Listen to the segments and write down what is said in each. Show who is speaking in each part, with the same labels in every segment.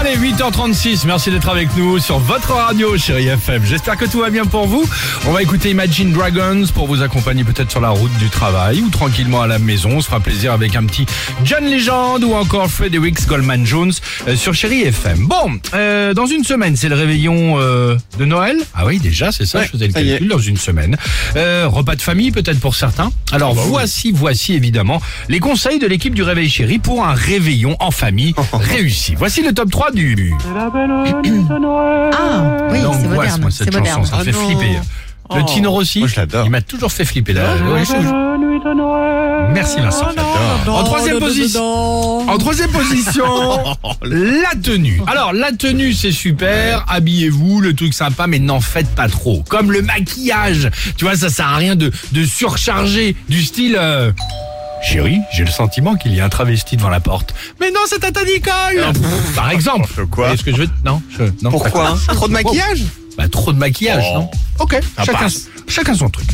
Speaker 1: 8h36, merci d'être avec nous sur votre radio, chérie FM. J'espère que tout va bien pour vous. On va écouter Imagine Dragons pour vous accompagner peut-être sur la route du travail ou tranquillement à la maison. On se fera plaisir avec un petit John Legend ou encore Fredericks Goldman Jones euh, sur chérie FM. Bon, euh, dans une semaine, c'est le réveillon euh, de Noël. Ah oui, déjà, c'est ça, je faisais le
Speaker 2: ça y est.
Speaker 1: calcul dans une semaine. Euh, repas de famille peut-être pour certains. Alors voici, voici évidemment les conseils de l'équipe du Réveil Chéri pour un réveillon en famille réussi. Voici le top 3 du...
Speaker 3: Ah, oui, c'est
Speaker 1: L'angoisse,
Speaker 3: moderne.
Speaker 1: moi, cette
Speaker 3: C'est
Speaker 1: chanson,
Speaker 3: moderne.
Speaker 1: ça me fait
Speaker 2: Ah non.
Speaker 1: flipper. Le
Speaker 2: Oh.
Speaker 1: Tino Rossi,
Speaker 2: Moi, je l'adore.
Speaker 1: il m'a toujours fait flipper là. Ouais, je- Merci Vincent. En troisième position. Oh, En troisième position, la tenue. Alors la tenue c'est super, habillez-vous, le truc sympa, mais n'en faites pas trop. Comme le maquillage, tu vois, ça sert à rien de, de surcharger du style. euh, Chérie, j'ai le sentiment qu'il y a un travesti devant la porte. Mais non, c'est Tata Nicole Par exemple.
Speaker 2: Ah, quoi.
Speaker 1: Vous voyez ce que je veux Non, je- non.
Speaker 2: Pourquoi hein Trop de maquillage
Speaker 1: Bah, trop de maquillage,
Speaker 2: Oh.
Speaker 1: non Ok,
Speaker 2: Ça
Speaker 1: chacun,
Speaker 2: passe.
Speaker 1: chacun son truc.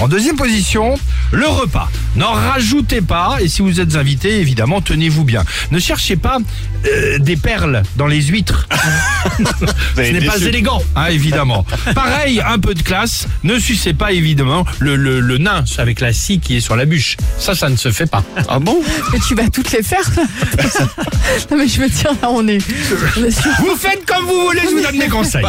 Speaker 1: En deuxième position, le repas. N'en rajoutez pas, et si vous êtes invité, évidemment, tenez-vous bien. Ne cherchez pas euh, des perles dans les huîtres. Ce n'est pas élégant, hein, évidemment. Pareil, un peu de classe. Ne sucez pas, évidemment, le, le, le nain avec la scie qui est sur la bûche. Ça, ça ne se fait pas.
Speaker 2: Ah bon
Speaker 3: Mais tu vas toutes les faire. là. non mais je me tiens là, on est. on est sur-
Speaker 1: Vous faites comme vous voulez, je vous donne des conseils.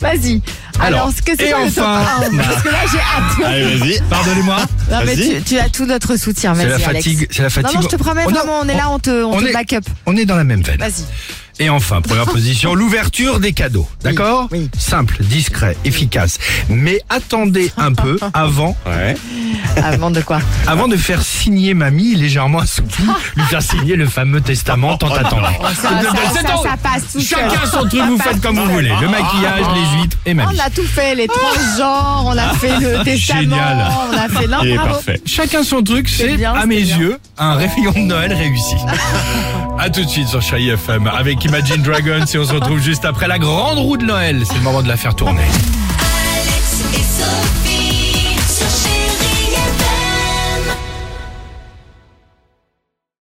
Speaker 3: Vas-y. Alors,
Speaker 1: Alors,
Speaker 3: ce que c'est
Speaker 1: et
Speaker 3: quoi le top
Speaker 1: enfin- bah,
Speaker 3: 1 Parce que là j'ai hâte.
Speaker 2: Allez, vas-y.
Speaker 1: Pardonnez-moi.
Speaker 3: Non mais
Speaker 2: Vas-y.
Speaker 3: tu, tu as tout notre soutien.
Speaker 1: C'est la
Speaker 3: Vas-y Alex.
Speaker 1: fatigue. C'est la
Speaker 3: Non
Speaker 1: fatigue.
Speaker 3: non, je te promets
Speaker 1: On a-
Speaker 3: vraiment, on est là, on te, on
Speaker 1: on
Speaker 3: te
Speaker 1: est-
Speaker 3: back up.
Speaker 1: On est dans la même veine.
Speaker 3: Vas-y.
Speaker 1: Et enfin, première position, l'ouverture des cadeaux. D'accord
Speaker 3: oui.
Speaker 1: Simple, discret, efficace. Mais attendez un peu avant,
Speaker 2: Ouais.
Speaker 3: Avant Ah, de quoi
Speaker 1: avant de faire signer mamie légèrement assoupie, lui faire signer le fameux testament tant attendu.
Speaker 3: ça,
Speaker 1: Donc,
Speaker 3: Ah, ça,
Speaker 1: c'est
Speaker 3: ça,
Speaker 1: donc-
Speaker 3: ça passe tout seul.
Speaker 1: Chacun son truc, vous faites comme vous voulez. Le maquillage, les huîtres et mamie.
Speaker 3: On a tout fait, les transgenres, on a fait le testament,
Speaker 1: Ah. Génial.
Speaker 3: on a fait
Speaker 2: Il est
Speaker 3: l'impravo.
Speaker 2: parfait.
Speaker 1: Chacun son truc, c'est
Speaker 3: bien,
Speaker 1: à
Speaker 3: c'est
Speaker 1: mes
Speaker 3: bien.
Speaker 1: yeux un réveillon de Noël réussi. À tout de suite sur Chérie FM avec Imagine Dragons et on se retrouve juste après la grande roue de Noël. C'est le moment de la faire tourner.
Speaker 4: Alex et Sophie sur Chérie